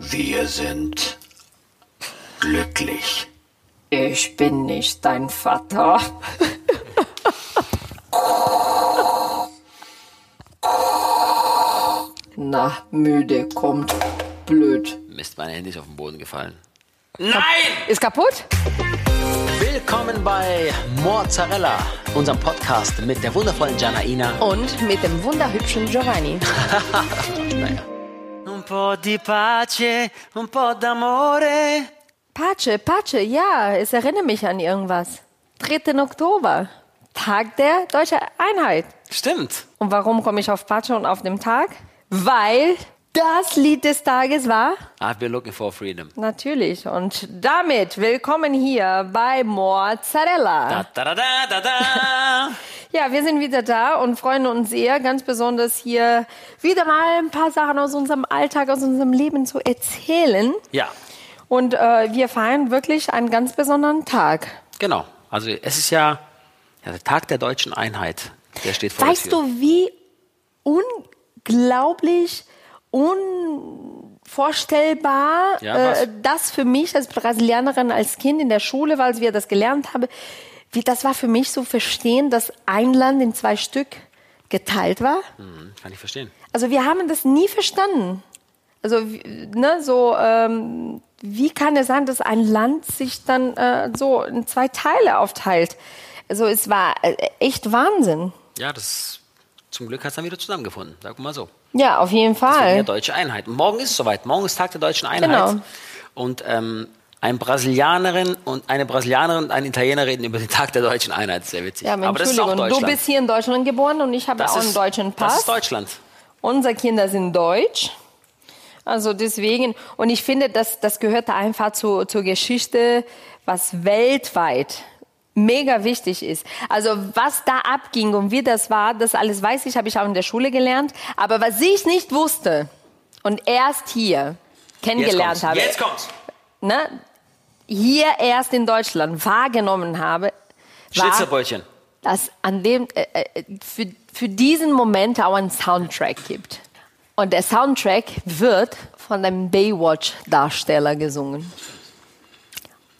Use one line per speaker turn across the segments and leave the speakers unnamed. Wir sind glücklich.
Ich bin nicht dein Vater. Na, müde kommt. Blöd.
Mist, mein Handy ist auf den Boden gefallen.
Ist kaputt?
Willkommen bei Mozzarella, unserem Podcast mit der wundervollen Janaina.
Und mit dem wunderhübschen Giovanni.
Naja.
Un po' di pace, un po' d'amore.
Patsche, Patsche, ja, es erinnert mich an irgendwas. 3. Oktober, Tag der Deutschen Einheit.
Stimmt.
Und warum komme ich auf Patsche und auf den Tag? Weil das Lied des Tages war
I've been Ah, looking for freedom.
natürlich. Und damit willkommen hier bei Mozzarella.
Da, da, da, da, da, da.
Ja, wir sind wieder da und freuen uns sehr, ganz besonders hier wieder mal ein paar Sachen aus unserem Alltag, aus unserem Leben zu erzählen.
ja,
Und äh, wir feiern wirklich einen ganz besonderen Tag.
genau. Also es ist ja, ja der Tag der deutschen Einheit. Der steht vor
weißt
der Tür.
du, wie unglaublich unvorstellbar
Ja, was?
äh, das für mich als Brasilianerin, als Kind in der Schule, weil wir das gelernt haben, wie das war für mich so verstehen, dass ein Land in zwei Stück geteilt war?
Hm, kann ich verstehen.
Also wir haben das nie verstanden. Also wie- ne, so ähm, wie kann es sein, dass ein Land sich dann äh, so in zwei Teile aufteilt? Also es war äh, echt Wahnsinn.
Ja, das zum Glück hat es dann wieder zusammengefunden. Sag mal so.
Ja, auf jeden
Deswegen ja
Fall.
deutsche Einheit. Und morgen ist es soweit. Morgen ist Tag der deutschen Einheit.
Genau.
Und ähm, ein Brasilianerin und eine Brasilianerin und ein Italiener reden über den Tag der deutschen Einheit. Sehr witzig.
Ja,
Aber das ist auch
Entschuldigung,
Deutschland.
du bist hier in Deutschland geboren und ich habe
das
auch
ist,
einen deutschen
Das
Pass.
ist Deutschland.
Unsere Kinder sind deutsch. Also deswegen, und ich finde, das, das gehört einfach zu, zur Geschichte, was weltweit mega wichtig ist. Also was da abging und wie das war, das alles weiß ich, habe ich auch in der Schule gelernt. Aber was ich nicht wusste und erst hier kennengelernt
kommt's.
habe,
Jetzt kommt's.
ne, hier erst in Deutschland wahrgenommen habe, war,
Schlitzerbrötchen.
dass an dem äh, äh, für, für diesen Moment auch einen Soundtrack gibt. Und der Soundtrack wird von einem Baywatch-Darsteller gesungen.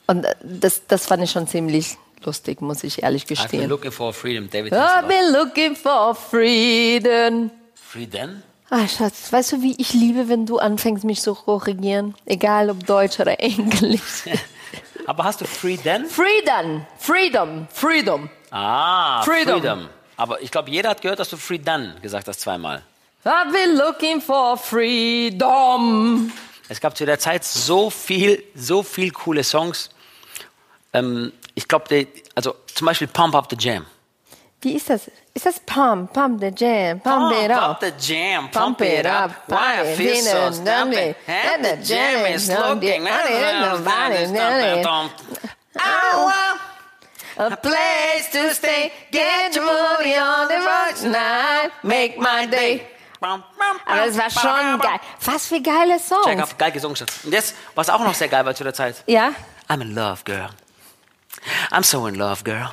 Und äh, das, das fand ich schon ziemlich lustig, muss ich ehrlich
I've been
gestehen.
looking for freedom. David
I've
Hasselhoff.
been looking for freedom.
Freedom?
Ah, Schatz, weißt du, wie ich liebe, wenn du anfängst, mich zu korrigieren? Egal ob Deutsch oder Englisch.
Aber hast du freedom?
Freedom, Freedom, Freedom.
Ah, freedom.
Freedom.
Aber ich glaube, jeder hat gehört, dass du freedom gesagt hast zweimal.
I've been looking for freedom.
Es gab zu der Zeit so viel, so viel coole Songs. Ähm, ich glaube, also zum Beispiel Pump Up the Jam.
Wie ist das? Ist das Pump, Pump the Jam, Pump it up.
the Jam,
Pump it up,
Why I feel so stumpy. And the Jam is looking. I
A place to stay, get your booty on the road tonight, make my day.
want-
Aber es war schon geil. Was für geile
Check
Songs.
up, geil gesungen. Schatz. Und jetzt, was auch noch sehr geil war zu der Zeit.
Ja,
I'm in love, girl. I'm so in love, girl.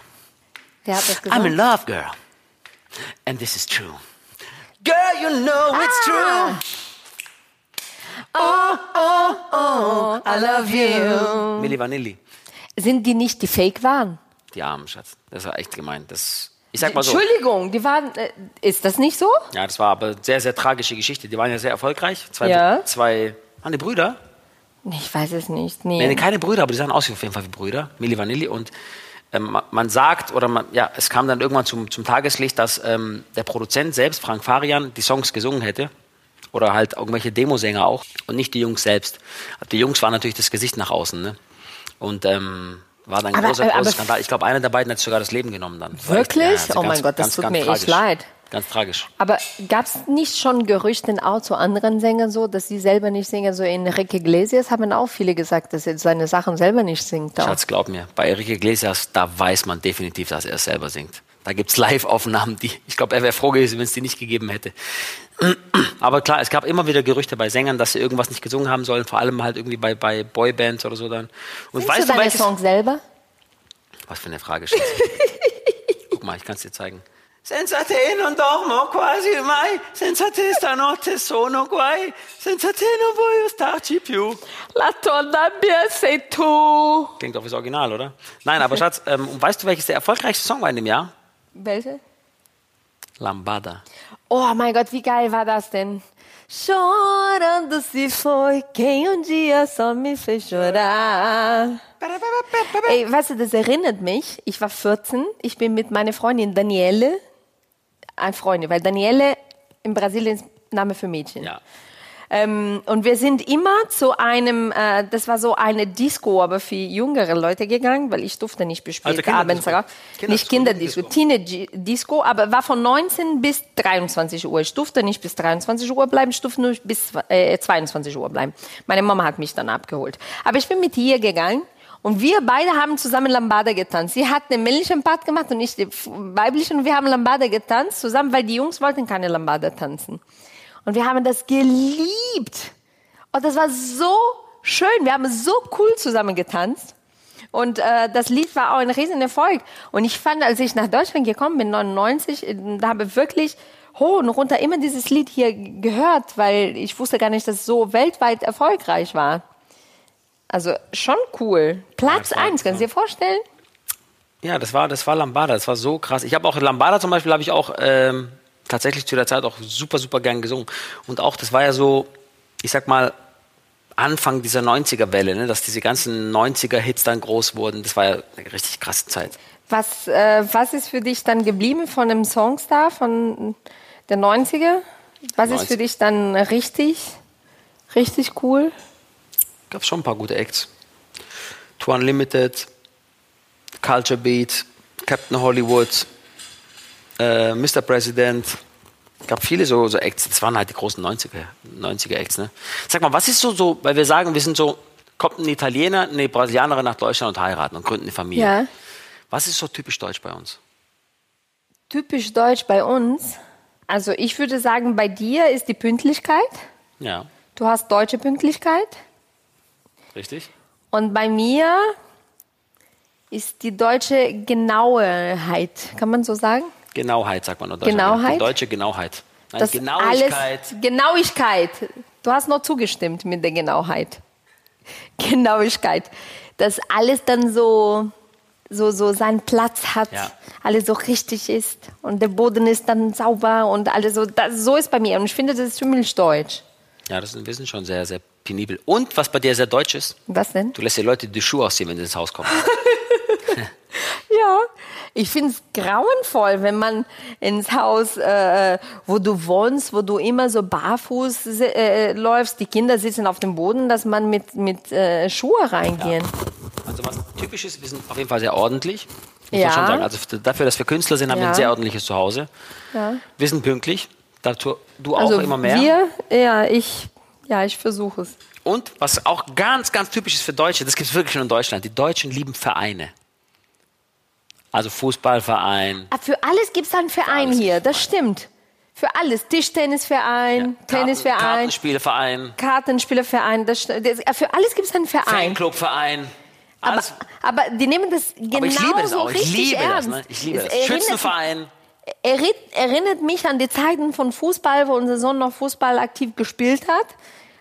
der hat das
I'm in
gesungen.
love, girl. And this is true. Girl, you know it's true. Oh,
I love you.
Milli Vanilli.
Sind die nicht, die fake waren?
Die armen Schatz. Das war echt gemein. Das, ich sag mal so.
Entschuldigung, die waren. Äh, ist das nicht so?
Ja, das war aber eine sehr, sehr tragische Geschichte. Die waren ja sehr erfolgreich. Zwei,
Ja.
zwei waren die Brüder?
Ich weiß es nicht.
Nee,
Nee.
nee, keine Brüder, aber die sahen aus wie auf jeden Fall wie Brüder. Milli Vanilli. Und ähm, ma- man sagt, oder man, ja, es kam dann irgendwann zum, zum Tageslicht, dass ähm, der Produzent selbst, Frank Farian, die Songs gesungen hätte. Oder halt irgendwelche Demosänger auch. Und nicht die Jungs selbst. Also Die Jungs waren natürlich das Gesicht nach außen. Ne? Und ähm, war dann ein
Aber- äh,
großer,
aber-
großer Skandal. Ich glaube, einer der beiden hat sogar das Leben genommen dann. Das war echt- also
Wirklich? Oh mein Gott, das tut mir echt leid.
Ganz tragisch.
Aber gab es nicht schon Gerüchte auch zu anderen Sängern so, dass sie selber nicht singen? So in Rick Iglesias haben auch viele gesagt, dass er seine Sachen selber nicht singt. Auch.
Schatz, glaub mir, bei Enrique Iglesias, da weiß man definitiv, dass er es selber singt. Da gibt es Live-Aufnahmen, die, ich glaube, er wäre froh gewesen, wenn es die nicht gegeben hätte. Aber klar, es gab immer wieder Gerüchte bei Sängern, dass sie irgendwas nicht gesungen haben sollen, vor allem halt irgendwie bei, bei Boybands oder so dann. Und
Singst du deine Songs selber?
Was für eine Frage, Schatz. Guck mal, ich kann es dir zeigen.
Senza te non dormo quasi mai, senza te stanotte sono guai, senza te non voglio starci più.
La donna mia sei tu.
Klingt auch wie das Original, oder? Nein, aber Schatz, ähm, weißt du, welches der erfolgreichste Song war in dem Jahr?
Welche?
Lambada.
Oh mein Gott, wie geil war das denn? Chorando se foi, quem um dia só me fez chorar. Ey, weißt du, das erinnert mich. Ich war 14. Ich bin mit meiner Freundin Daniele, ein Freundin, weil Daniele in Brasilien ist Name für Mädchen.
Ja.
Ähm, und wir sind immer zu einem, äh, das war so eine Disco, aber für jüngere Leute gegangen, weil ich durfte nicht bis
Also
spät abends
Kinderdisco.
raus. Nicht Kinderdisco, Teenage-Disco, aber war von 19 bis 23 Uhr. Ich durfte nicht bis 23 Uhr bleiben, ich durfte nur bis äh, 22 Uhr bleiben. Meine Mama hat mich dann abgeholt. Aber ich bin mit ihr gegangen. Und wir beide haben zusammen Lambada getanzt. Sie hat den männlichen Part gemacht und ich den f- weiblichen. Und wir haben Lambada getanzt zusammen, weil die Jungs wollten keine Lambada tanzen. Und wir haben das geliebt. Und das war so schön. Wir haben so cool zusammen getanzt. Und äh, das Lied war auch ein Riesenerfolg. Und ich fand, als ich nach Deutschland gekommen bin, 99, äh, da habe ich wirklich hoch und runter immer dieses Lied hier g- gehört, weil ich wusste gar nicht, dass es so weltweit erfolgreich war. Also schon cool. Platz
Ja, voll,
eins, kannst du dir vorstellen?
Ja, das war, das war Lambada. Das war so krass. Ich habe auch Lambada zum Beispiel, habe ich auch ähm, tatsächlich zu der Zeit auch super, super gern gesungen. Und auch, das war ja so, ich sag mal, Anfang dieser 90er-Welle, ne? dass diese ganzen 90er-Hits dann groß wurden. Das war ja eine richtig krasse Zeit.
Was, äh, was ist für dich dann geblieben von dem Songstar von der 90er? Was ist für
90er.
dich dann richtig, richtig cool?
Gab schon ein paar gute Acts. Two Unlimited, Culture Beat, Captain Hollywood, äh, Mr. President. Gab viele so, so Acts. Das waren halt die großen 90er, 90er Acts. Ne? Sag mal, was ist so, so, weil wir sagen, wir sind so, kommt ein Italiener, eine Brasilianerin nach Deutschland und heiraten und gründen eine Familie. Was ist so typisch deutsch bei uns?
Typisch deutsch bei uns. Also ich würde sagen, bei dir ist die Pünktlichkeit.
Ja,
Du hast deutsche Pünktlichkeit.
richtig.
Und bei mir ist die deutsche Genauheit. Kann man so sagen?
Genauheit, sagt man. in Deutschland.
Genauheit?
Die deutsche Genauheit. Nein,
Das
Genauigkeit.
Alles, Genauigkeit. Du hast noch zugestimmt mit der Genauheit. Genauigkeit. Dass alles dann so, so, so seinen Platz hat,
Ja.
alles so richtig ist und der Boden ist dann sauber und alles so. Das, so ist bei mir. Und ich finde, das ist ziemlich deutsch.
Ja, das sind, wir sind schon sehr, sehr penibel. Und was bei dir sehr deutsch ist,
Was denn?
Du lässt die Leute die Schuhe ausziehen, wenn sie ins Haus kommen.
Ja, ich finde es grauenvoll, wenn man ins Haus, äh, wo du wohnst, wo du immer so barfuß se- äh, läufst, die Kinder sitzen auf dem Boden, dass man mit, mit äh, Schuhe reingehen.
Also was typisch ist, wir sind auf jeden Fall sehr ordentlich. Muss
Ja.
man schon sagen. Also f- dafür, dass wir Künstler sind, haben wir
Ja.
ein sehr ordentliches Zuhause. Wir sind pünktlich. Dazu, du auch
also
immer mehr.
wir, ja, ich, ja, ich versuche es.
Und was auch ganz, ganz typisch ist für Deutsche, das gibt es wirklich nur in Deutschland, die Deutschen lieben Vereine. Also Fußballverein.
Aber Ah, für alles gibt es einen Verein
alles
hier,
gibt's
das stimmt. Für alles, Tischtennisverein,
Karten-
Tennisverein,
Kartenspielverein,
Kartenspielerverein, das, st- das, äh, für alles gibt es einen Verein.
Fanclubverein.
Aber,
Alles.
aber die nehmen das genau
Aber ich liebe es auch.
so
Ich
richtig
liebe das.
ernst.
Ne? Ich liebe
Es
das.
erinnert-
Schützenverein.
erri- erinnert mich an die Zeiten von Fußball, wo unser Sohn noch Fußball aktiv gespielt hat.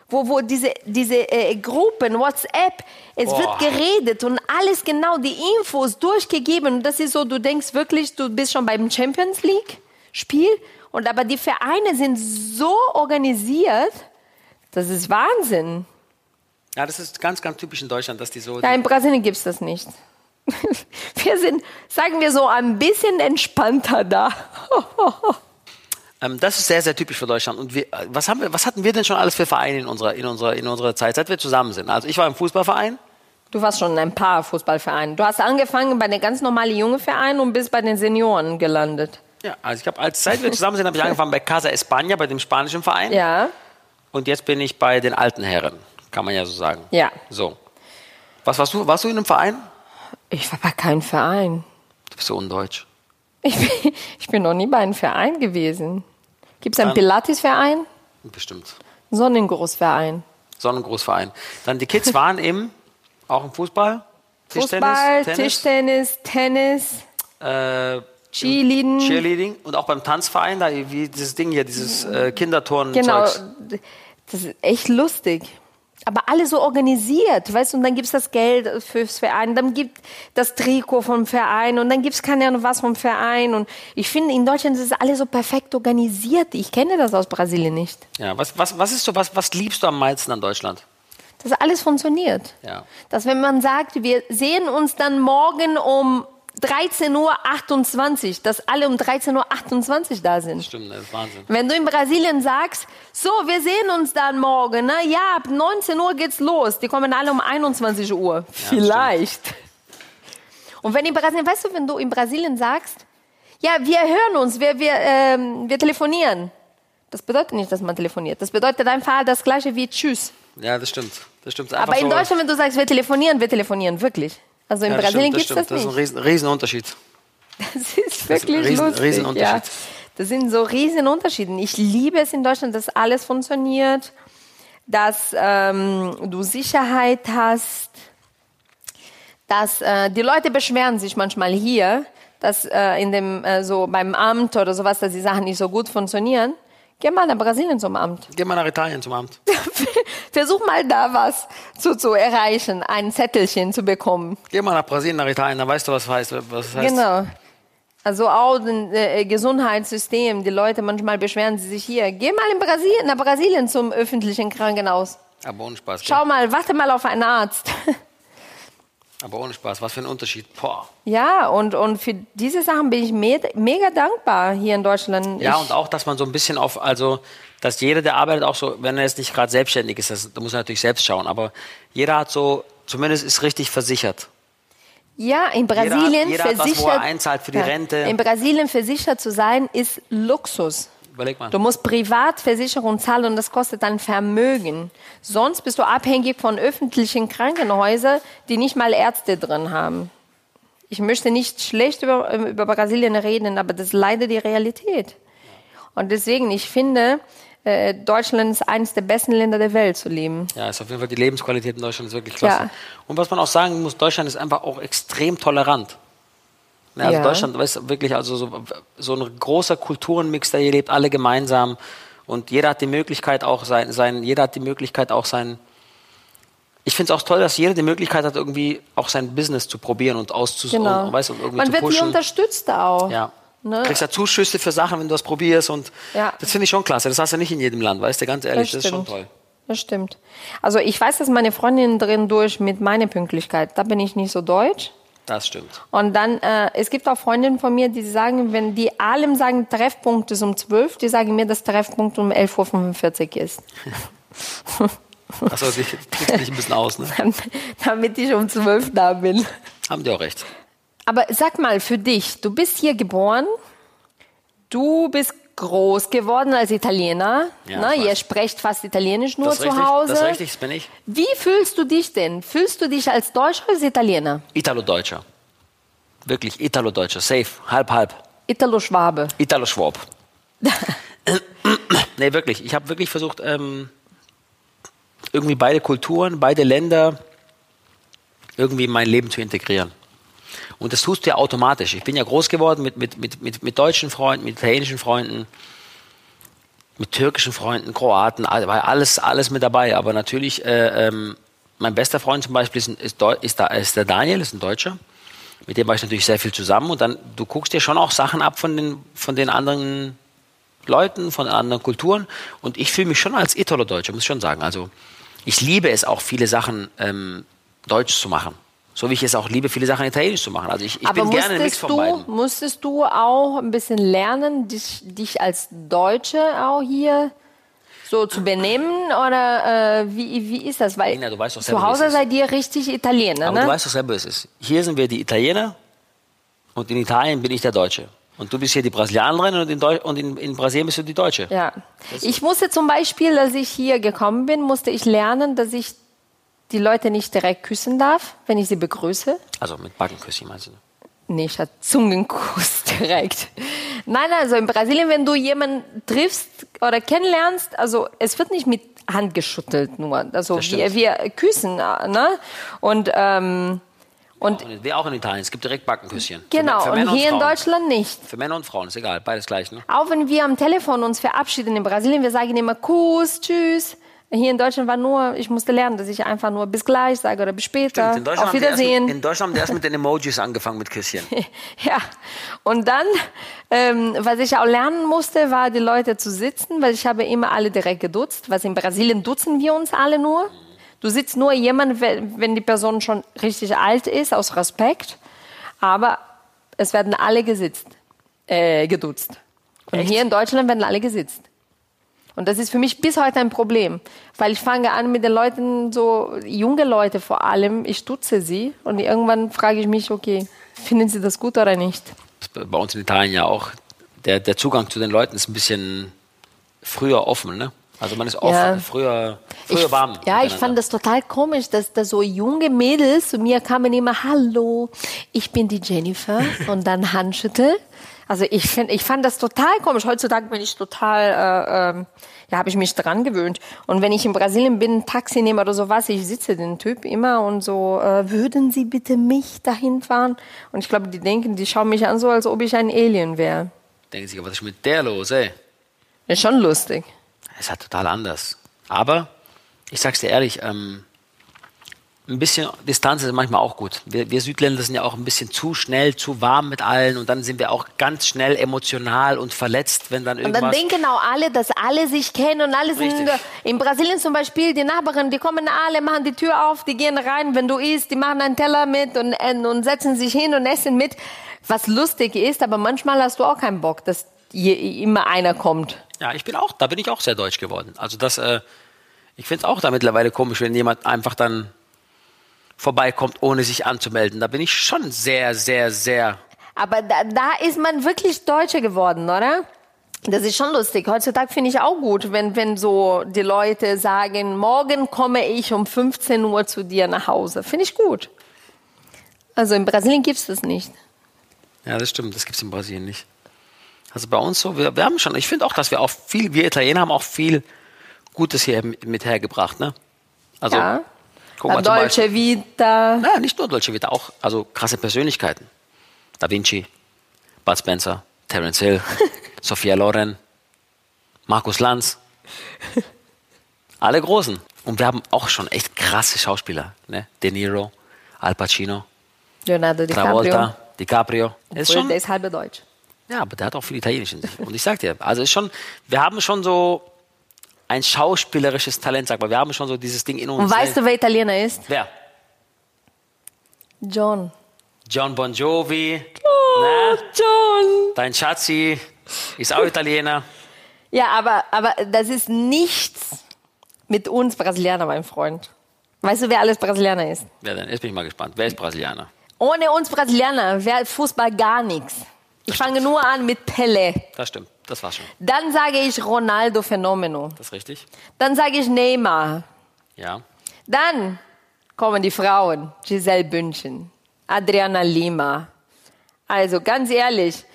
Wo, wo diese, diese äh, Gruppen, WhatsApp, es
Boah.
wird geredet und alles genau, die Infos durchgegeben. Und das ist so, du denkst wirklich, du bist schon beim Champions League-Spiel. Und aber die Vereine sind so organisiert, das ist Wahnsinn.
Ja, das ist ganz, ganz typisch in Deutschland, dass die so.
Ja, in Brasilien gibt's das nicht. Wir sind, sagen wir so, ein bisschen entspannter da.
Ähm, das ist sehr, sehr typisch für Deutschland. Und wir, äh, was, haben wir, was hatten wir denn schon alles für Vereine in unserer, in, unserer, in unserer Zeit, seit wir zusammen sind? Also ich war im Fußballverein.
Du warst schon in ein paar Fußballvereinen. Du hast angefangen bei den ganz normalen jungen Vereinen und bist bei den Senioren gelandet.
Ja, also ich habe, als seit wir zusammen sind, habe ich angefangen bei Casa España, bei dem spanischen Verein.
Ja.
Und jetzt bin ich bei den alten Herren, kann man ja so sagen.
Ja.
So. Was warst du? Warst du in einem Verein?
Ich war bei keinem Verein.
Du bist so undeutsch.
Ich bin, ich bin noch nie bei einem Verein gewesen. Gibt's einen
Dann-
Pilates-Verein?
Bestimmt.
Einen Sonnengroßverein?
Sonnengroßverein. Dann die Kids waren im, auch im Fußball. Tischtennis,
Fußball,
Tennis,
Tischtennis, Tennis.
äh,
Cheerleading.
Cheerleading und auch beim Tanzverein, da wie dieses Ding hier, dieses äh, Kinderturnen.
Genau.
Zeugs.
Das ist echt lustig. Aber alle so organisiert, weißt du, und dann gibt's das Geld fürs Verein, dann gibt das Trikot vom Verein und dann gibt's keine Ahnung was vom Verein. Und ich finde, in Deutschland ist alles so perfekt organisiert. Ich kenne das aus Brasilien nicht.
Ja, was, was, was ist so, was, was liebst du am meisten an Deutschland?
Dass alles funktioniert.
Ja.
Dass wenn man sagt, wir sehen uns dann morgen um 13.28 Uhr, dass alle um 13.28 Uhr da sind.
Stimmt, ne, das ist Wahnsinn.
Wenn du in Brasilien sagst, so, wir sehen uns dann morgen, ne? ja, ab 19 Uhr geht's los. Die kommen alle um 21 Uhr. Vielleicht. Und wenn in Brasilien, weißt du, wenn du in Brasilien sagst, ja, wir hören uns, wir, wir, ähm, wir telefonieren. Das bedeutet nicht, dass man telefoniert. Das bedeutet einfach das gleiche wie Tschüss.
Ja, das stimmt. Das stimmt.
Aber in Deutschland, wenn du sagst, wir telefonieren, wir telefonieren, wirklich. Also in
ja, das
Brasilien
stimmt, das
gibt's
stimmt.
das
Das ist
nicht.
ein riesen, Riesenunterschied.
Das ist
Das ist
wirklich
Riesen-
lustig.
Riesenunterschied.
Ja. Das sind so Riesenunterschiede. Ich liebe es in Deutschland, dass alles funktioniert, dass ähm, du Sicherheit hast, dass äh, die Leute beschweren sich manchmal hier, dass äh, in dem äh, so beim Amt oder sowas, dass die Sachen nicht so gut funktionieren. Geh mal nach Brasilien zum Amt.
Geh mal nach Italien zum Abend.
Versuch mal da was zu, zu erreichen, ein Zettelchen zu bekommen.
Geh mal nach Brasilien, nach Italien, dann weißt du, was heißt. Was heißt.
Genau. Also auch das äh, Gesundheitssystem. Die Leute manchmal beschweren sie sich hier. Geh mal in Brasilien, nach Brasilien zum öffentlichen Krankenhaus.
Aber ohne Spaß.
Schau mal, warte mal auf einen Arzt.
Aber ohne Spaß. Was für ein Unterschied. Boah.
ja, und, und für diese Sachen bin ich me mega dankbar hier in Deutschland.
Ja,
ich,
und auch, dass man so ein bisschen auf, also, dass jeder, der arbeitet, auch so, wenn er jetzt nicht gerade selbstständig ist, das, da muss er natürlich selbst schauen, aber jeder hat so, zumindest ist richtig versichert.
ja in Brasilien
jeder hat was, wo er
versichert.
einzahlt für die
Ja,
Rente.
In Brasilien versichert zu sein ist Luxus.
Überleg mal.
Du musst Privatversicherung zahlen und das kostet dann Vermögen. Sonst bist du abhängig von öffentlichen Krankenhäusern, die nicht mal Ärzte drin haben. Ich möchte nicht schlecht über, über Brasilien reden, aber das ist leider die Realität. Und deswegen, ich finde, äh, Deutschland ist eines der besten Länder der Welt zu leben.
Ja, ist auf jeden Fall die Lebensqualität in Deutschland ist wirklich klasse.
Ja.
Und was man auch sagen muss, Deutschland ist einfach auch extrem tolerant. Ja, also
Ja.
Deutschland ist wirklich also so, so ein großer Kulturenmix, der hier lebt, alle gemeinsam. Und jeder hat die Möglichkeit auch sein, sein jeder hat die Möglichkeit auch sein. Ich finde es auch toll, dass jeder die Möglichkeit hat, irgendwie auch sein Business zu probieren und auszusuchen
Genau.
und, weißt, du, und irgendwie
Man
zu
wird hier
pushen.
unterstützt auch.
ja.
Ne?
Du kriegst ja Zuschüsse für Sachen, wenn du das probierst. Und
Ja.
das finde ich schon klasse. Das hast du nicht in jedem Land, weißt du, ganz ehrlich, das ist schon
stimmt.
toll.
Das stimmt. Also ich weiß, dass meine Freundin drin durch mit meiner Pünktlichkeit. Da bin ich nicht so deutsch.
Das stimmt.
Und dann, äh, es gibt auch Freundinnen von mir, die sagen, wenn die allem sagen, Treffpunkt ist um 12, die sagen mir, dass Treffpunkt um 11.45 Uhr ist.
Achso, die trickst dich ein bisschen aus, ne?
Damit ich um 12 da bin.
Haben die auch recht.
Aber sag mal, für dich, du bist hier geboren, du bist groß geworden als Italiener.
Ja,
ne?
ich weiß.
Ihr sprecht fast Italienisch nur
Das ist
zu
richtig,
Hause.
das ist richtig, das bin ich.
Wie fühlst du dich denn? Fühlst du dich als Deutscher oder als Italiener?
Italo-Deutscher. Wirklich, Italo-Deutscher. Safe. Halb, halb.
Italo-Schwabe.
Italo-Schwab. nee, wirklich. Ich habe wirklich versucht, ähm, irgendwie beide Kulturen, beide Länder irgendwie in mein Leben zu integrieren. Und das tust du ja automatisch. Ich bin ja groß geworden mit, mit, mit, mit, mit deutschen Freunden, mit italienischen Freunden, mit türkischen Freunden, Kroaten, all- war alles, alles mit dabei. Aber natürlich, äh, ähm, mein bester Freund zum Beispiel ist, ein- ist, Deu- ist, da, ist der Daniel, ist ein Deutscher. Mit dem war ich natürlich sehr viel zusammen. Und dann, du guckst dir schon auch Sachen ab von den, von den anderen Leuten, von anderen Kulturen. Und ich fühle mich schon als Italo-Deutscher, muss ich schon sagen. Also ich liebe es auch, viele Sachen ähm, deutsch zu machen. So wie ich es auch liebe, viele Sachen italienisch zu machen. Also ich, ich bin gerne ein Mix von
du,
beiden.
musstest du auch ein bisschen lernen, dich, dich als Deutsche auch hier so zu benehmen? Oder äh, wie, wie ist das? Weil
Nina, du weißt doch selber,
zu
wie es
Hause
ist.
seid ihr richtig Italiener,
Aber
ne?
du weißt doch selber, wie es ist. Hier sind wir die Italiener und in Italien bin ich der Deutsche. Und du bist hier die Brasilianerin und in, Deu und in, in Brasilien bist du die Deutsche.
ja. Ich musste zum Beispiel, als ich hier gekommen bin, musste ich lernen, dass ich die Leute nicht direkt küssen darf, wenn ich sie begrüße.
Also mit Backenküsschen meinst du?
Nee, ich hatte Zungenkuss direkt. Nein, also in Brasilien, wenn du jemanden triffst oder kennenlernst, also es wird nicht mit Hand geschüttelt nur. Also
Das stimmt.
wir, wir küssen, ne? Und, ähm, Und
Wie auch in Italien. Es gibt direkt Backenküsschen.
genau,
Für, für
und
Männer
hier in
Frauen.
Deutschland nicht.
Für Männer und Frauen, ist egal, beides gleich. Ne?
Auch wenn wir am Telefon uns verabschieden in Brasilien, wir sagen immer Kuss, Tschüss. Hier in Deutschland war nur, ich musste lernen, dass ich einfach nur bis gleich sage oder bis später.
In Deutschland haben
Auf
die
Wiedersehen.
Erst, in Deutschland haben die erst mit den Emojis angefangen mit Küsschen.
Ja, und dann, ähm, was ich auch lernen musste, war die Leute zu sitzen, weil ich habe immer alle direkt geduzt. Was in Brasilien duzen wir uns alle nur. Du sitzt nur jemand, we- wenn die Person schon richtig alt ist, aus Respekt. Aber es werden alle gesitzt, äh, geduzt. Und hier in Deutschland werden alle gesitzt. Und das ist für mich bis heute ein Problem, weil ich fange an mit den Leuten, so junge Leute vor allem, ich stutze sie und irgendwann frage ich mich, okay, finden sie das gut oder nicht?
Das ist Bei uns in Italien ja auch. Der, der Zugang zu den Leuten ist ein bisschen früher offen. Ne? Also man ist offen,
Ja.
früher, früher
ich,
warm.
Ja, ich
miteinander.
fand das total komisch, dass da so junge Mädels zu mir kamen immer, hallo, ich bin die Jennifer und dann Handschüttel. Also ich, find, ich fand das total komisch. Heutzutage bin ich total, äh, ähm, ja, habe ich mich dran gewöhnt. Und wenn ich in Brasilien bin, Taxi nehme oder sowas, ich sitze den Typ immer und so, äh, würden Sie bitte mich dahin fahren? Und ich glaube, die denken, die schauen mich an so, als ob ich ein Alien wäre.
Denken sich, was ist mit der los, ey?
Ist schon lustig.
Es ist halt total anders. Aber ich sag's dir ehrlich, ähm, ein bisschen Distanz ist manchmal auch gut. Wir, wir Südländer sind ja auch ein bisschen zu schnell, zu warm mit allen und dann sind wir auch ganz schnell emotional und verletzt, wenn dann
Und
irgendwas.
dann denken auch alle, dass alle sich kennen und alle sind
Richtig.
in Brasilien zum Beispiel, die Nachbarn, die kommen alle, machen die Tür auf, die gehen rein, wenn du isst, die machen einen Teller mit und, und, und setzen sich hin und essen mit, was lustig ist, aber manchmal hast du auch keinen Bock, dass je, immer einer kommt.
ja, ich bin auch, da bin ich auch sehr deutsch geworden. Also das, äh, ich find's auch da mittlerweile komisch, wenn jemand einfach dann vorbeikommt, ohne sich anzumelden. Da bin ich schon sehr, sehr, sehr.
Aber da, da ist man wirklich Deutsche geworden, oder? Das ist schon lustig. Heutzutage finde ich auch gut, wenn, wenn so die Leute sagen, morgen komme ich um 15 Uhr zu dir nach Hause. Finde ich gut. Also in Brasilien gibt es das nicht.
Ja, das stimmt. Das gibt's in Brasilien nicht. Also bei uns so, wir, wir haben schon, ich finde auch, dass wir auch viel, wir Italiener haben auch viel Gutes hier mit hergebracht, ne? Also,
Ja.
guck mal zum Beispiel.
Deutsche Vita.
Naja, nicht nur Deutsche Vita, auch also krasse Persönlichkeiten. Da Vinci, Bud Spencer, Terence Hill, Sophia Loren, Markus Lanz. Alle Großen. Und wir haben auch schon echt krasse Schauspieler. Ne? De Niro, Al Pacino,
Leonardo DiCaprio.
Travolta, DiCaprio. Ist
Obwohl,
schon,
Der ist halbe Deutsch.
ja, aber der hat auch viel Italienisch in sich. Und ich sag dir, also ist schon, wir haben schon so ein schauspielerisches Talent, sag mal. Wir haben schon so dieses Ding in uns.
Und weißt du, wer Italiener ist?
Wer?
John.
John Bon Jovi.
Oh.
ne?
John.
Dein Schatzi ist auch Italiener.
Ja, aber, aber das ist nichts mit uns Brasilianer, mein Freund. Weißt du, wer alles Brasilianer ist?
Ja, dann jetzt bin ich mal gespannt. Wer ist Brasilianer?
Ohne uns Brasilianer wäre Fußball gar nichts. Ich fange nur an mit Pele.
Das stimmt, das war schon.
Dann sage ich Ronaldo Fenomeno.
Das ist richtig.
Dann sage ich Neymar.
Ja.
Dann kommen die Frauen. Giselle Bündchen, Adriana Lima. Also ganz ehrlich,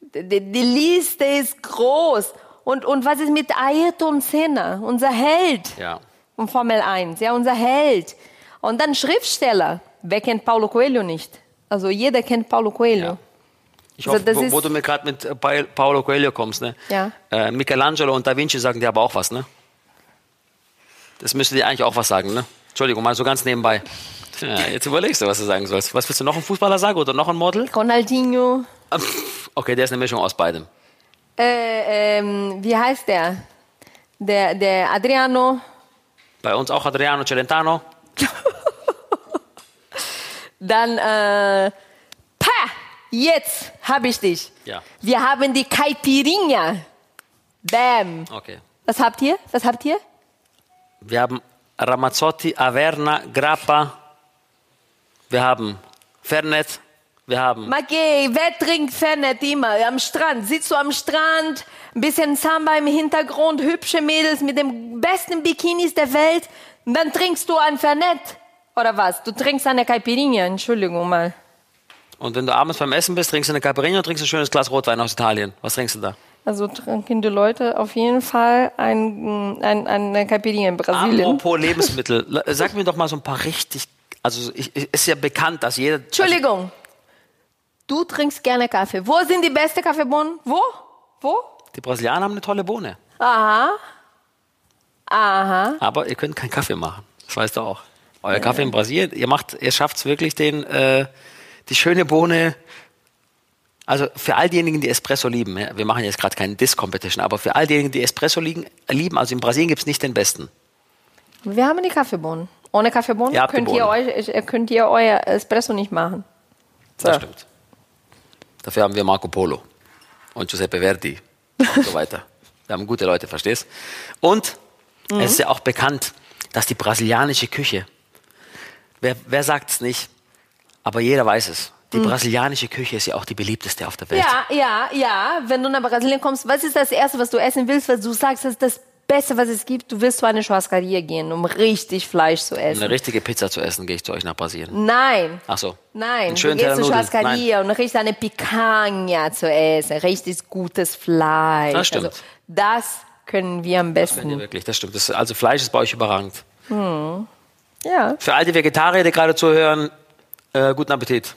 die, die Liste ist groß. Und, und was ist mit Ayrton Senna, unser Held?
Ja.
Und Formel 1, ja, unser Held. Und dann Schriftsteller. Wer kennt Paulo Coelho nicht? Also jeder kennt Paulo Coelho.
Ja. Ich
Also
hoffe,
das
wo,
ist-
wo du mir gerade mit äh, Pa- Paolo Coelho kommst, ne?
Ja.
Äh, Michelangelo und Da Vinci sagen dir aber auch was, ne? Das müsste dir eigentlich auch was sagen, ne? Entschuldigung, mal so ganz nebenbei. Ja, jetzt überlegst du, was du sagen sollst. Was willst du noch ein Fußballer sagen oder noch ein Model?
Ronaldinho.
Ah, pff, Okay, der ist eine Mischung aus beidem.
Äh, ähm, wie heißt der? Der, der Adriano.
Bei uns auch Adriano Celentano.
Dann, äh, pa, jetzt habe ich dich.
Ja.
Wir haben die Caipirinha. Bam.
Okay.
Was habt ihr? Was habt ihr?
Wir haben Ramazzotti, Averna, Grappa. Wir haben Fernet. Wir haben.
Magei, wer trinkt Fernet immer? Am Strand. Sitzt du am Strand, ein bisschen Samba im Hintergrund, hübsche Mädels mit den besten Bikinis der Welt. Und dann trinkst du ein Fernet. Oder was? Du trinkst eine Caipirinha, Entschuldigung mal.
Und wenn du abends beim Essen bist, trinkst du eine Caipirinha und trinkst ein schönes Glas Rotwein aus Italien. Was trinkst du da?
Also trinken die Leute auf jeden Fall ein, ein, eine Caipirinha in Brasilien.
Apropos Lebensmittel. l- Sag mir doch mal so ein paar richtig Also ich, ich- ist ja bekannt, dass jeder. also
Entschuldigung. Du trinkst gerne Kaffee. Wo sind die besten Kaffeebohnen? Wo? Wo?
Also die Brasilianer haben eine tolle Bohne.
Aha. Aha.
Aber ihr könnt keinen Kaffee machen. Das weißt du auch. Euer Kaffee in Brasilien, ihr macht, ihr schafft es wirklich den, äh, die schöne Bohne. Also für all diejenigen, die Espresso lieben, ja, wir machen jetzt gerade keine Disc-Competition, aber für all diejenigen, die Espresso liegen, lieben, also in Brasilien gibt es nicht den besten.
Wir haben die Kaffeebohnen. Ohne Kaffeebohnen
Ihr habt die
könnt, ihr
Bohnen.
euch, äh, könnt ihr euer Espresso nicht machen.
Das
So.
stimmt. Dafür haben wir Marco Polo und Giuseppe Verdi und so weiter. Wir haben gute Leute, verstehst? Und
Mhm.
es ist ja auch bekannt, dass die brasilianische Küche, wer, wer sagt es nicht, aber jeder weiß es, die brasilianische Küche ist ja auch die beliebteste auf der Welt.
Mhm. Ja, ja, ja. Wenn du nach Brasilien kommst, was ist das Erste, was du essen willst, was du sagst, das ist das Beste, was es gibt? Du willst zu einer Schwarzkaria gehen, um richtig Fleisch zu essen.
Eine richtige Pizza zu essen, gehe ich zu euch nach Brasilien.
Nein.
Ach so.
Nein,
Einen schönen
du gehst zu
Teller Nudeln. Nein.
Schwarzkaria und richtig eine Picanha zu essen, richtig gutes Fleisch.
Das stimmt.
Also, das können wir am
Wenn ihr
besten.
wirklich, das stimmt. Das, also Fleisch ist bei euch überragend.
Ja.
Für all die Vegetarier, die gerade zuhören, äh, guten Appetit.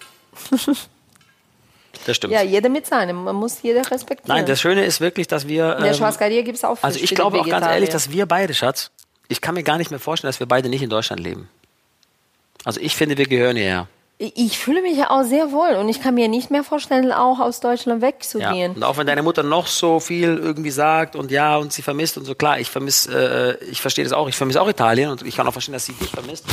Das stimmt.
ja, jeder mit seinem. Man muss jeder respektieren.
Nein, das Schöne ist wirklich, dass wir.
In der
ähm,
Schwarzkaria gibt es auch Fisch
also
für
ich
die
glaube auch ganz
Vegetarier.
ehrlich, dass wir beide, Schatz, ich kann mir gar nicht mehr vorstellen, dass wir beide nicht in Deutschland leben. Also ich finde, wir gehören hierher.
Ich ich fühle mich ja auch sehr wohl und ich kann mir nicht mehr vorstellen, auch aus Deutschland
Ja.
wegzugehen.
Und auch wenn deine Mutter noch so viel irgendwie sagt und ja und sie vermisst und so, klar, ich vermisse, äh, ich verstehe das auch, ich vermisse auch Italien und ich kann auch verstehen, dass sie dich vermisst.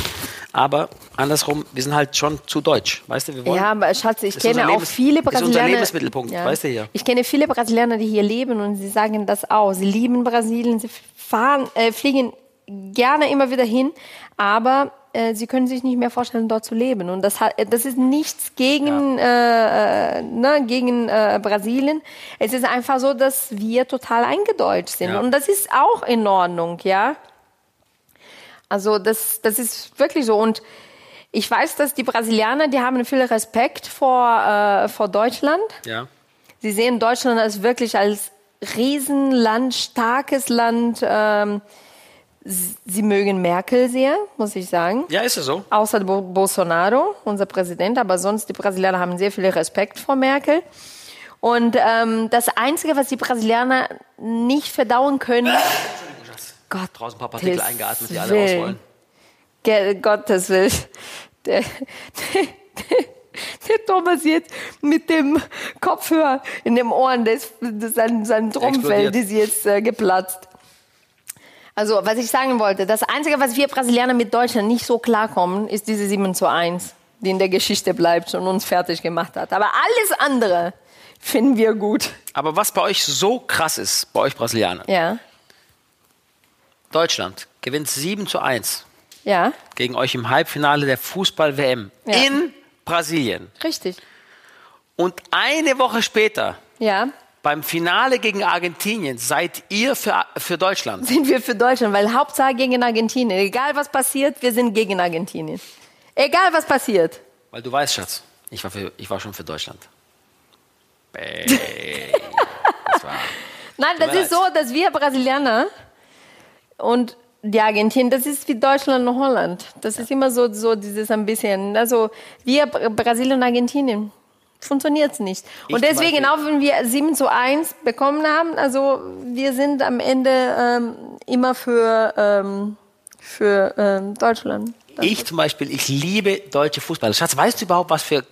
Aber andersrum, wir sind halt schon zu deutsch, weißt du, wir wollen.
Ja, aber Schatz, ich
Ist
kenne
unser
auch
Lebens-
viele
ist unser
Brasilianer.
Lebensmittelpunkt, weißt du hier.
Ich kenne viele Brasilianer, die hier leben und sie sagen das auch. Sie lieben Brasilien, sie fahren, äh, fliegen gerne immer wieder hin, aber äh, sie können sich nicht mehr vorstellen, dort zu leben. Und das, hat, äh, das ist nichts gegen, äh, äh, ne, gegen äh, Brasilien. Es ist einfach so, dass wir total eingedeutscht sind.
Ja.
Und das ist auch in Ordnung, ja. Also das, das ist wirklich so. Und ich weiß, dass die Brasilianer, die haben viel Respekt vor, äh, vor Deutschland.
ja.
Sie sehen Deutschland als wirklich als Riesenland, starkes Land. Ähm, s- sie mögen Merkel sehr, muss ich sagen.
ja, ist es so.
Außer Bo Bolsonaro, unser Präsident, aber sonst die Brasilianer haben sehr viel Respekt vor Merkel. Und ähm, das Einzige, was die Brasilianer nicht verdauen können, Gott,
Draußen ein paar Partikel
des
eingeatmet, die alle raus
Willen.
wollen.
Ge- Gottes Willen. Der, der, der, der Thomas jetzt mit dem Kopfhörer in dem Ohren, der ist, das ist sein, sein Tromfeld
Explodiert.
ist jetzt äh, geplatzt. Also, was ich sagen wollte, das Einzige, was wir Brasilianer mit Deutschland nicht so klarkommen, ist diese 7 zu 1, die in der Geschichte bleibt und uns fertig gemacht hat. Aber alles andere finden wir gut.
Aber was bei euch so krass ist, bei euch Brasilianern,
Ja,
Deutschland gewinnt 7 zu 1
ja,
gegen euch im Halbfinale der Fußball-WM
Ja.
in Brasilien.
richtig.
Und eine Woche später,
Ja,
beim Finale gegen Argentinien, seid ihr für, für Deutschland.
sind wir für Deutschland, weil Hauptsache gegen Argentinien. Egal was passiert, wir sind gegen Argentinien. Egal was passiert.
Weil du weißt, Schatz, ich war, für, ich war schon für Deutschland. Bäh. Das war-
Nein, das
mir
ist so, dass wir Brasilianer und die Argentinien, das ist wie Deutschland und Holland. Das ist immer so, so dieses ein bisschen, also wir Br- Brasilien und Argentinien. Funktioniert es nicht.
Ich
Und
zum
deswegen,
Beispiel-
auch wenn wir 7 zu 1 bekommen haben, also wir sind am Ende ähm, immer für, ähm, für ähm, Deutschland.
Ich zum Beispiel, ich liebe deutsche Fußballer. Schatz, weißt du überhaupt, was für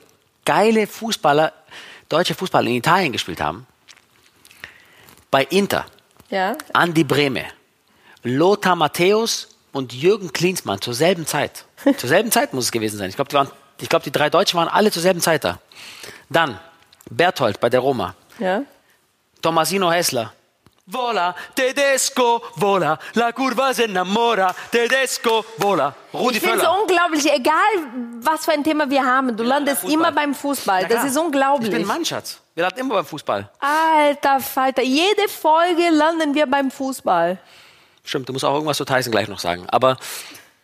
geile Fußballer deutsche Fußballer in Italien gespielt haben? Bei Inter.
Ja,
Andi Brehme, Lothar Matthäus und Jürgen Klinsmann zur selben Zeit. Zur selben Zeit muss es gewesen sein. Ich glaube, die, waren- ich glaub, die drei Deutschen waren alle zur selben Zeit da. Dann Berthold bei der Roma,
ja.
Tomasino Hessler. Vola, Tedesco, vola, la curva se innamora, Tedesco, vola. Rudi
Ich finde es
Oh, Völler.
unglaublich, egal was für ein Thema wir haben, du landest
Fußball.
immer beim Fußball.
Na
Das
klar.
ist unglaublich.
Ich bin Mann, Schatz. Wir hatten immer beim Fußball.
Alter Falter, jede Folge landen wir beim Fußball.
Stimmt, du musst auch irgendwas zu Tyson gleich noch sagen. Aber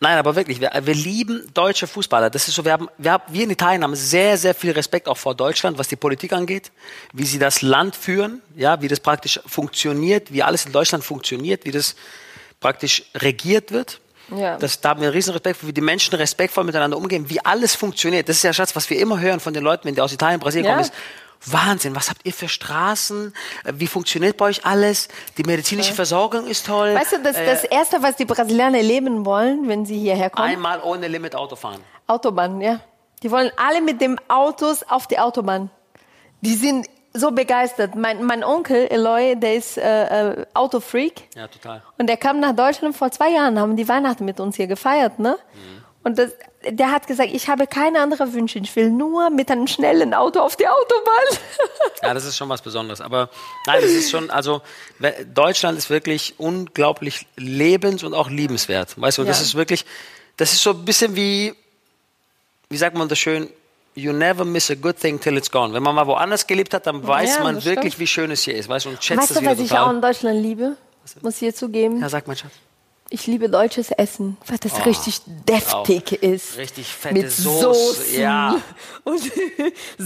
nein, aber wirklich, wir, wir lieben deutsche Fußballer. Das ist so, wir haben, wir haben, wir in Italien haben sehr, sehr viel Respekt auch vor Deutschland, was die Politik angeht, wie sie das Land führen, ja, wie das praktisch funktioniert, wie alles in Deutschland funktioniert, wie das praktisch regiert wird.
Ja.
Das, da haben wir einen riesen Respekt, für, wie die Menschen respektvoll miteinander umgehen, wie alles funktioniert. Das ist ja Schatz, was wir immer hören von den Leuten, wenn die aus Italien, Brasilien
Ja.
kommen, ist Wahnsinn, was habt ihr für Straßen? Äh, Wie funktioniert bei euch alles? Die medizinische Versorgung ist toll.
Weißt du, das,
Äh,
das Erste, was die Brasilianer erleben wollen, wenn sie hierher kommen,
einmal ohne Limit Auto fahren.
Autobahn, ja. Die wollen alle mit dem Autos auf die Autobahn. Die sind so begeistert. Mein, mein Onkel, Eloy, der ist äh, äh, Autofreak.
Ja, total.
Und der kam nach Deutschland vor zwei Jahren, haben die Weihnachten mit uns hier gefeiert, ne? Und das, der hat gesagt, ich habe keine anderen Wünsche, ich will nur mit einem schnellen Auto auf die Autobahn.
Ja, das ist schon was Besonderes. Aber nein, es ist schon, also we- Deutschland ist wirklich unglaublich lebens- und auch liebenswert. Weißt du, und das
Ja.
ist wirklich, das ist so ein bisschen wie, wie sagt man das schön? You never miss a good thing till it's gone. Wenn man mal woanders gelebt hat, dann weiß
Ja,
man
das
wirklich,
stimmt.
wie schön es hier ist. Weißt du, und schätzt
Weißt
es
du,
wieder
was ich auch in
total.
Deutschland liebe? Muss ich hier zugeben,
Ja, sag mal, Schatz.
ich liebe deutsches Essen, weil das richtig deftig ist.
Oh, Richtig fette
Mit
Soße,
Soßen
ja.
und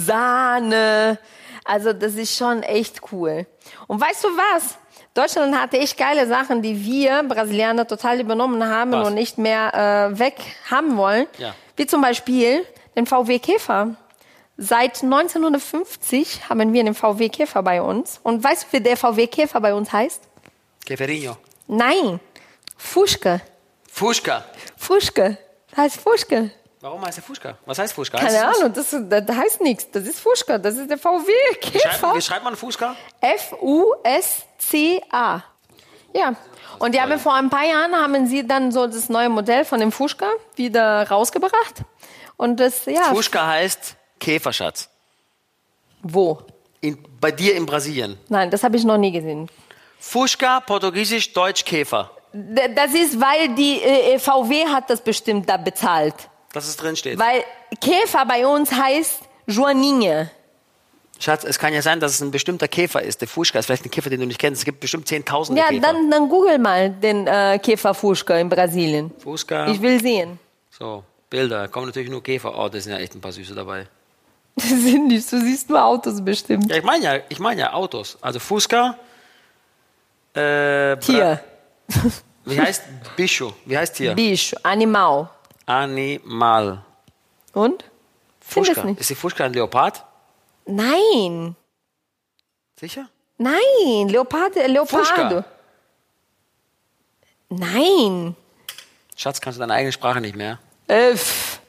Sahne. Also das ist schon echt cool. Und weißt du was? Deutschland hatte echt geile Sachen, die wir Brasilianer total übernommen haben
Was?
und nicht mehr äh, weg haben wollen.
Ja.
Wie zum Beispiel den VW Käfer. Seit 1950 haben wir den VW Käfer bei uns. Und weißt du, wie der VW Käfer bei uns heißt?
Keferino.
Nein, Fuschke.
Fuschka.
Fuschke. Das heißt Fuschke.
Warum heißt er Fuschka? Was heißt Fuschka? Heißt
Keine
es-
Ahnung, das, das heißt nichts. Das ist Fuschka, das ist der
Wie schreibt,
VW-Käfer.
wie schreibt man Fuschka?
F-U-S-C-A. Ja. Und die haben vor ein paar Jahren haben sie dann so das neue Modell von dem Fuschka wieder rausgebracht. Und das, ja,
Fuschka heißt Käferschatz.
wo?
In, bei dir in Brasilien.
Nein, das habe ich noch nie gesehen.
Fuschka, Portugiesisch, Deutsch, Käfer.
D- Das ist, weil die äh, VW hat das bestimmt da bezahlt.
dass es drin steht.
Weil Käfer bei uns heißt Joaninha.
Schatz, es kann ja sein, dass es ein bestimmter Käfer ist. Der Fuschka ist vielleicht ein Käfer, den du nicht kennst. Es gibt bestimmt 10.000
Ja,
Käfer.
dann, dann google mal den äh, Käfer Fuschka in Brasilien.
Fuschka.
Ich will sehen.
so, Bilder. Kommen natürlich nur Käfer. Oh, da sind ja echt ein paar Süße dabei.
Das sind nicht, du siehst nur Autos bestimmt.
Ja, ich meine ja, ich meine ja Autos. Also Fuschka. Äh, Bra-
Tier,
Wie heißt Bischu? Wie heißt Tier?
Bicho, Animal.
Animal.
Und? Findest
Fuschka.
du nicht?
Ist die Fuschka ein Leopard?
Nein,
Sicher?
nein, Leopard, äh, Leopardo.
Fuschka.
Nein.
Schatz, kannst du deine eigene Sprache nicht mehr?
Äh, pff.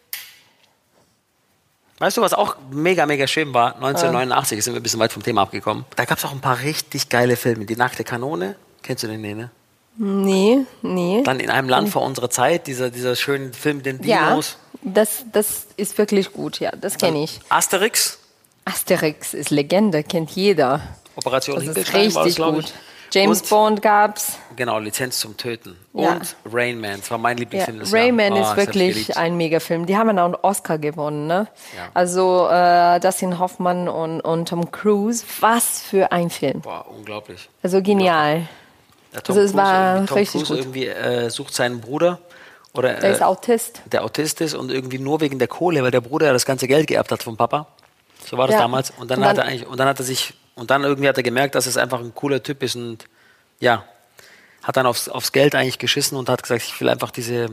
Weißt du, was auch mega, mega schön war? 1989 sind wir ein bisschen weit vom Thema abgekommen. Da gab es auch ein paar richtig geile Filme. Die nackte Kanone. Kennst du den, Nene?
Nee, nee.
Dann in einem Land vor unserer Zeit, dieser, dieser schöne Film mit den
Oh. Ja,
Dinos.
das, das ist wirklich gut, ja, das kenne ich.
Asterix,
Asterix ist Legende, kennt jeder.
Operation
Das ist
Hinkelstein war das,
richtig
glaube
gut.
ich.
James
Und-
Bond gab's.
Genau, Lizenz zum Töten.
Ja.
Und Rain Man, das war mein
Ja,
Lieblingsfilm des
Rayman
Jahres.
ist
Oh, das hab ich
wirklich
geliebt.
ein Megafilm. Die haben ja auch einen Oscar gewonnen, ne?
Ja.
Also äh, Dustin Hoffmann und, und Tom Cruise. Was für ein Film.
Boah, unglaublich.
Also genial.
Ja, Tom
Also es
Cruise
war
irgendwie- Tom
richtig
Cruise
gut.
irgendwie äh, sucht seinen Bruder. Oder,
Der
äh,
ist Autist.
der Autist ist und irgendwie nur wegen der Kohle, weil der Bruder ja das ganze Geld geerbt hat vom Papa. So war das
Ja.
damals. Und dann,
Und
hat er
dann-
eigentlich, und dann hat er sich, und dann irgendwie hat er gemerkt, dass es einfach ein cooler Typ ist und ja, hat dann aufs, aufs Geld eigentlich geschissen und hat gesagt, ich will einfach diese,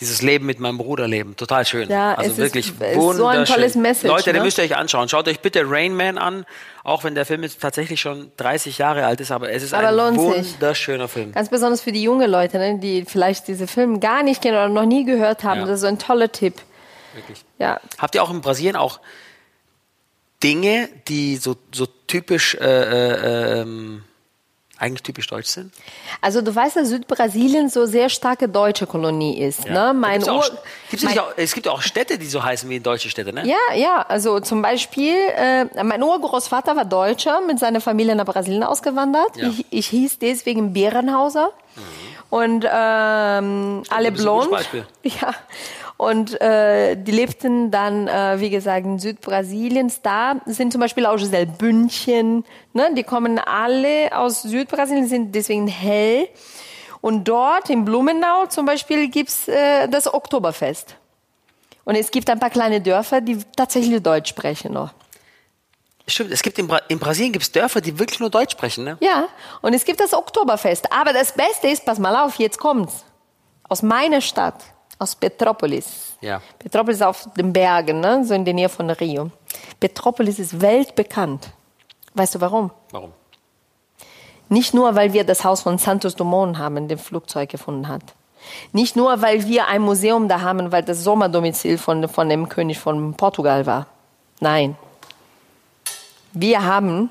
dieses Leben mit meinem Bruder leben. Total schön.
Ja,
also
es ist-
wirklich
es ist so ein
wunderschön.
tolles Message,
Leute, den
ne?
müsst ihr euch anschauen. Schaut euch bitte Rain Man an, auch wenn der Film jetzt tatsächlich schon 30 Jahre alt ist, aber es ist
Aber
ein
lohnt sich.
wunderschöner Film.
Ganz besonders für die jungen Leute, ne? die vielleicht diese Filme gar nicht kennen oder noch nie gehört haben.
Ja.
Das ist so ein toller Tipp.
Wirklich.
Ja.
Habt ihr auch in Brasilien auch Dinge, die so, so typisch, äh, äh, ähm, eigentlich typisch deutsch sind?
Also du weißt, dass Südbrasilien so sehr starke deutsche Kolonie ist. Ne?
Da
Mein
gibt's
Ur
auch, gibt's nicht auch, es gibt auch Städte, die so heißen wie deutsche Städte, ne?
Ja, ja, also zum Beispiel, äh, mein Urgroßvater war Deutscher, mit seiner Familie nach Brasilien ausgewandert.
Ja.
Ich, ich hieß deswegen Bärenhauser. Und ähm, alle
das ist ein gutes
blond.
Beispiel.
Ja. Und äh, die lebten dann, äh, wie gesagt, in Südbrasiliens. Da sind zum Beispiel auch Giselle Bündchen. Ne? Die kommen alle aus Südbrasilien, sind deswegen hell. Und dort in Blumenau zum Beispiel gibt's äh, das Oktoberfest. Und es gibt ein paar kleine Dörfer, die tatsächlich Deutsch sprechen noch.
Stimmt, es gibt in, Bra in Brasilien gibt's Dörfer, die wirklich nur Deutsch sprechen, ne?
Ja, und es gibt das Oktoberfest. Aber das Beste ist, pass mal auf, jetzt kommt's. aus meiner Stadt, aus Petropolis.
Ja.
Petropolis auf den Bergen, ne? so in der Nähe von Rio. Petropolis ist weltbekannt. Weißt du warum?
Warum?
Nicht nur, weil wir das Haus von Santos Dumont haben, den Flugzeug gefunden hat. Nicht nur, weil wir ein Museum da haben, weil das Sommerdomizil von, von dem König von Portugal war. Nein. Wir haben,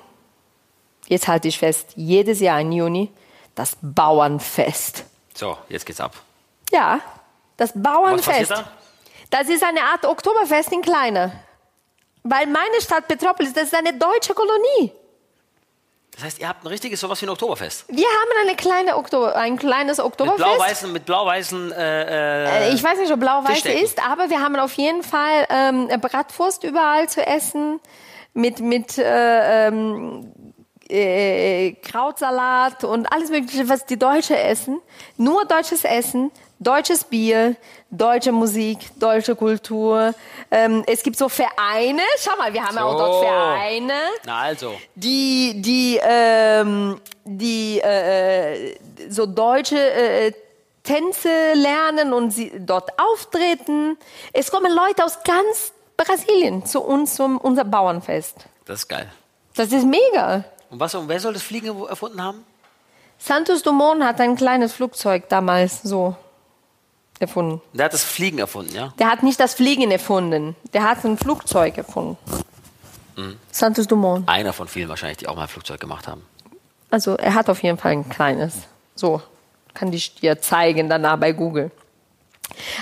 jetzt halte ich fest, jedes Jahr im Juni das Bauernfest.
So, jetzt geht's ab.
Ja, das
Was passiert
Bauernfest.
da?
Das ist eine Art Oktoberfest in Kleiner. Weil meine Stadt Petropolis, das ist eine deutsche Kolonie.
Das heißt, ihr habt ein richtiges sowas wie ein Oktoberfest.
Wir haben eine kleine Oktober, ein kleines
Mit
Oktoberfest.
blau-weißen, mit blau-weißen, äh, äh,
Äh, Ich weiß nicht, ob blau-weiß
Tischdecken.
ist, aber wir haben auf jeden Fall ähm, Bratwurst überall zu essen mit, mit äh, ähm, äh, Krautsalat und alles Mögliche, was die Deutsche essen. Nur deutsches Essen, deutsches Bier, deutsche Musik, deutsche Kultur. Ähm, es gibt so Vereine, schau mal, wir haben ja auch dort
So.
Vereine
na also.
die die ähm, die äh, äh, so deutsche äh, Tänze lernen und sie dort auftreten. Es kommen Leute aus ganz Brasilien zu uns zum unser Bauernfest.
Das ist geil.
Das ist mega.
Und was, und wer soll das Fliegen erwo- erfunden haben?
Santos Dumont hat ein kleines Flugzeug damals so erfunden.
Der hat das Fliegen erfunden, ja?
Der hat nicht das Fliegen erfunden. Der hat ein Flugzeug erfunden. Santos Dumont.
Einer von vielen wahrscheinlich, die auch mal ein Flugzeug gemacht haben.
Also er hat auf jeden Fall ein kleines. So, kann ich dir zeigen danach bei Google.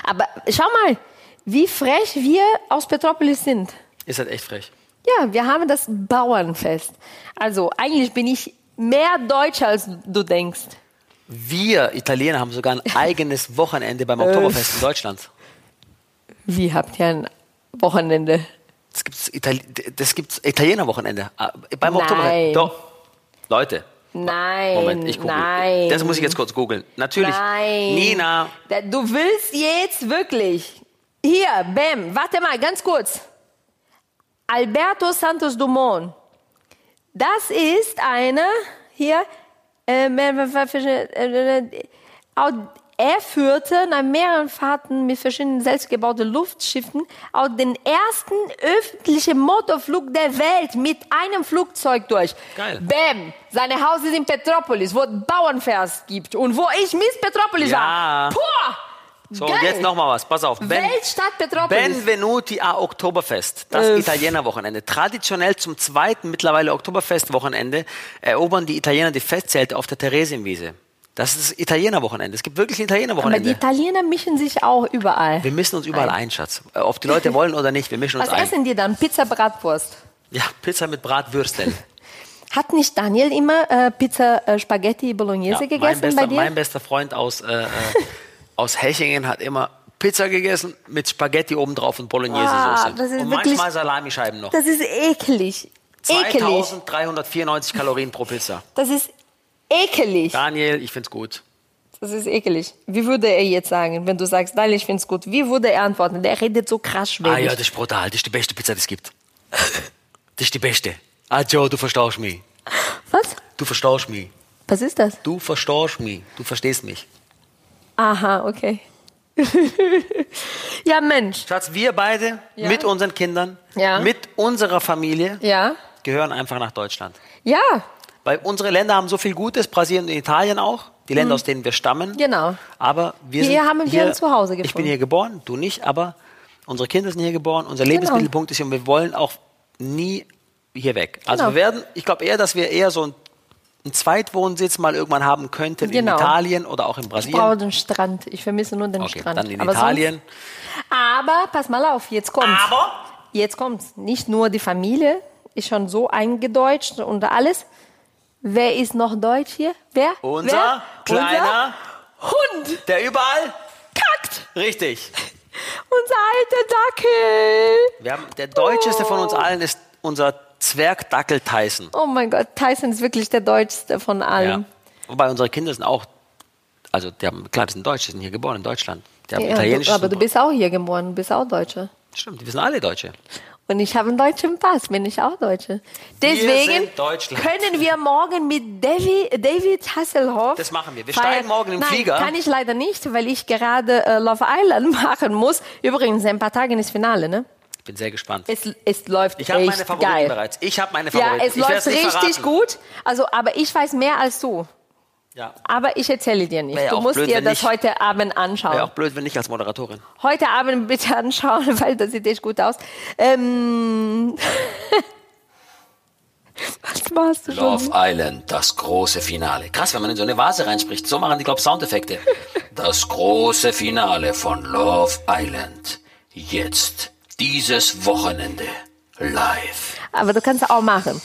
Aber schau mal, wie frech wir aus Petropolis sind.
Ist halt echt frech.
Ja, wir haben das Bauernfest. Also eigentlich bin ich mehr Deutscher, als du denkst.
Wir Italiener haben sogar ein eigenes Wochenende beim Oktoberfest
Äh.
in Deutschland.
Wie habt ihr ein Wochenende?
Das gibt's Itali das gibt's Italiener Wochenende beim
Nein.
Oktoberfest. Doch. Leute,
Nein,
Moment, ich google.
nein.
Das muss ich jetzt kurz googeln. Natürlich.
Nein.
Nina,
Da- Du willst jetzt wirklich. Hier, Bam, warte mal, ganz kurz. Alberto Santos Dumont. Das ist eine, hier, ähm, äh, au- er führte nach mehreren Fahrten mit verschiedenen selbstgebauten Luftschiffen auch den ersten öffentlichen Motorflug der Welt mit einem Flugzeug durch.
Geil.
Bam! Seine Haus ist in Petropolis, wo es Bauernfest gibt und wo ich Miss Petropolis
Ja.
war. Puh!
so
Geil.
und jetzt nochmal was. Pass auf. Ben,
Weltstadt Petropolis.
Benvenuti a Oktoberfest, das
Äh.
Italienerwochenende. Traditionell zum zweiten mittlerweile Oktoberfestwochenende erobern die Italiener die Festzelte auf der Theresienwiese. Das ist das Italienerwochenende. Es gibt wirklich ein
Aber die
Italienerwochenende.
Italiener mischen sich auch überall.
Wir mischen uns überall ein, Schatz. Äh, Ob die Leute wollen oder nicht, wir mischen uns
Was
ein.
essen die dann? Pizza Bratwurst.
Ja, Pizza mit Bratwürsteln.
Hat nicht Daniel immer äh, Pizza äh, Spaghetti Bolognese
Ja,
gegessen
mein bester,
bei dir?
Mein bester Freund aus, äh, äh, aus Hechingen hat immer Pizza gegessen mit Spaghetti obendrauf und
Ah,
Bolognese-Soße.
das ist
und
wirklich-
manchmal Salamischeiben noch.
das ist eklig. Ekelig.
2394 Kalorien pro Pizza.
Das ist ekelig.
Daniel, ich find's gut.
Das ist ekelig. Wie würde er jetzt sagen, wenn du sagst, Daniel, ich find's gut? Wie würde er antworten? Der redet so krass schwäbisch.
Ah ja, das ist brutal. Das ist die beste Pizza, die es gibt. Das ist die beste. Ah Joe, du verstehst mich.
Was?
Du verstehst mich.
Was ist das?
Du verstehst mich. Du verstehst mich.
Aha, okay. ja, Mensch.
Schatz, wir beide
Ja.
mit unseren Kindern,
Ja.
mit unserer Familie
Ja.
gehören einfach nach Deutschland.
Ja,
Weil unsere Länder haben so viel Gutes, Brasilien und Italien auch, die Länder, aus denen wir stammen.
Mhm. Genau.
Aber wir
Hier
sind
haben wir ein Zuhause
Ich bin
gefunden.
hier geboren, du nicht, aber unsere Kinder sind hier geboren, unser
Genau.
Lebensmittelpunkt ist hier und wir wollen auch nie hier weg. Also
Genau.
wir werden, ich glaube eher, dass wir eher so einen, einen Zweitwohnsitz mal irgendwann haben könnten
Genau.
in Italien oder auch in
ich brauche
Brasilien.
den Strand. Ich vermisse nur den
Okay,
Strand.
dann in
Aber sonst-
Italien.
Aber pass mal auf, jetzt kommt's.
Aber
Jetzt kommt's. Nicht nur die Familie ist schon so eingedeutscht und alles. Wer ist noch deutsch hier? Wer?
unser
Wer?
kleiner,
Unser Hund
der überall,
kackt.
richtig.
Unser alter Dackel.
Wir haben, der deutscheste von uns allen ist unser Zwergdackel Tyson.
Oh mein Gott, Tyson ist wirklich der deutschste von allen.
Ja. Wobei unsere Kinder sind auch, also die haben, klar, die sind Deutsche, die sind hier geboren in Deutschland. Die haben
Ja,
italienisches.
du, aber du
Super-
bist auch hier geboren, du bist auch Deutscher.
Stimmt, wir sind alle Deutsche.
Und ich habe einen deutschen Pass, bin ich auch Deutsche. Deswegen
sind Deutschland.
können wir morgen mit Davi- David Hasselhoff.
Das machen wir. Wir steigen morgen in den
Nein,
Flieger.
Kann ich leider nicht, weil ich gerade äh, Love Island machen muss. Übrigens, in ein paar Tagen ist Finale, ne?
Ich bin sehr gespannt.
Es, es läuft
Ich habe
echt
meine Favoriten
geil.
bereits. Ich habe meine
Ja,
Favoriten.
es
ich werd's
läuft
nicht
richtig
verraten.
gut. Also, aber ich weiß mehr als du.
Ja.
Aber ich erzähle dir nicht.
Wär ja
du
auch
musst
blöd,
dir
wenn
das
nicht.
heute Abend anschauen.
Wäre auch blöd, wenn ich als Moderatorin.
Heute Abend bitte anschauen, weil das sieht echt gut aus. Ähm, was machst du schon?
Love Island, das große Finale. Krass, wenn man in so eine Vase reinspricht. So machen die, glaube ich, Soundeffekte.
Das große Finale von Love Island. Jetzt, dieses Wochenende, live.
Aber du kannst auch machen.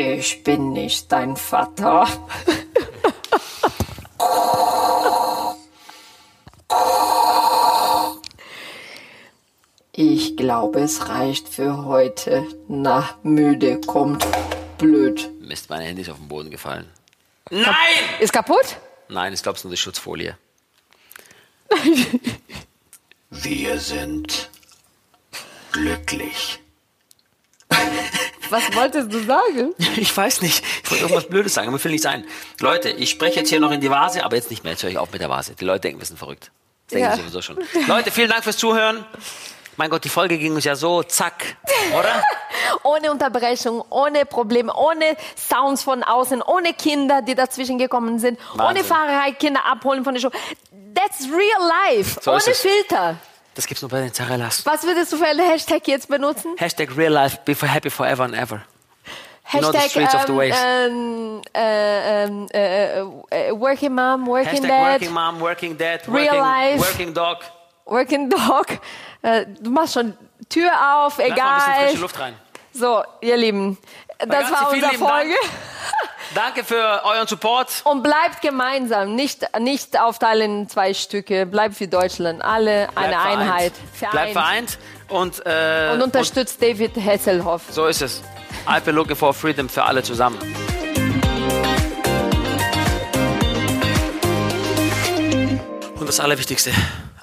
Ich bin nicht dein Vater. Ich glaube, es reicht für heute. Na, müde kommt blöd.
Mist, mein Handy ist auf den Boden gefallen.
Ist kaputt?
Nein, ich glaube, es ist nur die Schutzfolie.
Wir sind glücklich.
Was wolltest du sagen?
Ich weiß nicht. Ich wollte irgendwas Blödes sagen, aber mir fällt nichts ein. Leute, ich spreche jetzt hier noch in die Vase, aber jetzt nicht mehr. Jetzt höre ich auf mit der Vase. Die Leute denken, wir sind verrückt. Das denken
Ja.
sie sowieso schon. Leute, vielen Dank fürs Zuhören. Mein Gott, die Folge ging uns ja so zack, oder?
Ohne Unterbrechung, ohne Probleme, ohne Sounds von außen, ohne Kinder, die dazwischen gekommen sind, ohne
Wahnsinn.
Fahrerei, Kinder abholen von der Schule. That's real life,
So
ohne
ist es.
Filter.
Das gibt's nur bei den Zarellas.
Was würdest du für einen Hashtag jetzt benutzen?
Hashtag real life, be for happy forever and ever. You know the
Hashtag
streets of the waves.
ähm, äh, ähm, äh, äh, Working Mom, Working
Hashtag
Dad,
working mom, working dad,
Real
working,
life.
working dog.
Working Dog. Äh, du machst schon Tür auf,
Lass mal ein bisschen
egal.
frische Luft rein.
So, ihr Lieben, das
Ragazzi,
war
vielen
unsere
lieben Dank.
Folge.
Danke für euren Support.
Und bleibt gemeinsam, nicht, nicht aufteilen in zwei Stücke. Bleibt für Deutschland, alle
Bleibt
eine
vereint.
Einheit.
Bleibt vereint und, äh,
Und unterstützt David Hasselhoff.
so ist es. I've been looking for freedom für alle zusammen. Und das Allerwichtigste,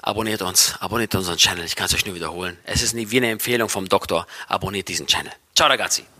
abonniert uns. Abonniert unseren Channel. Ich kann es euch nur wiederholen. Es ist nie wie eine Empfehlung vom Doktor. Abonniert diesen Channel. Ciao, ragazzi.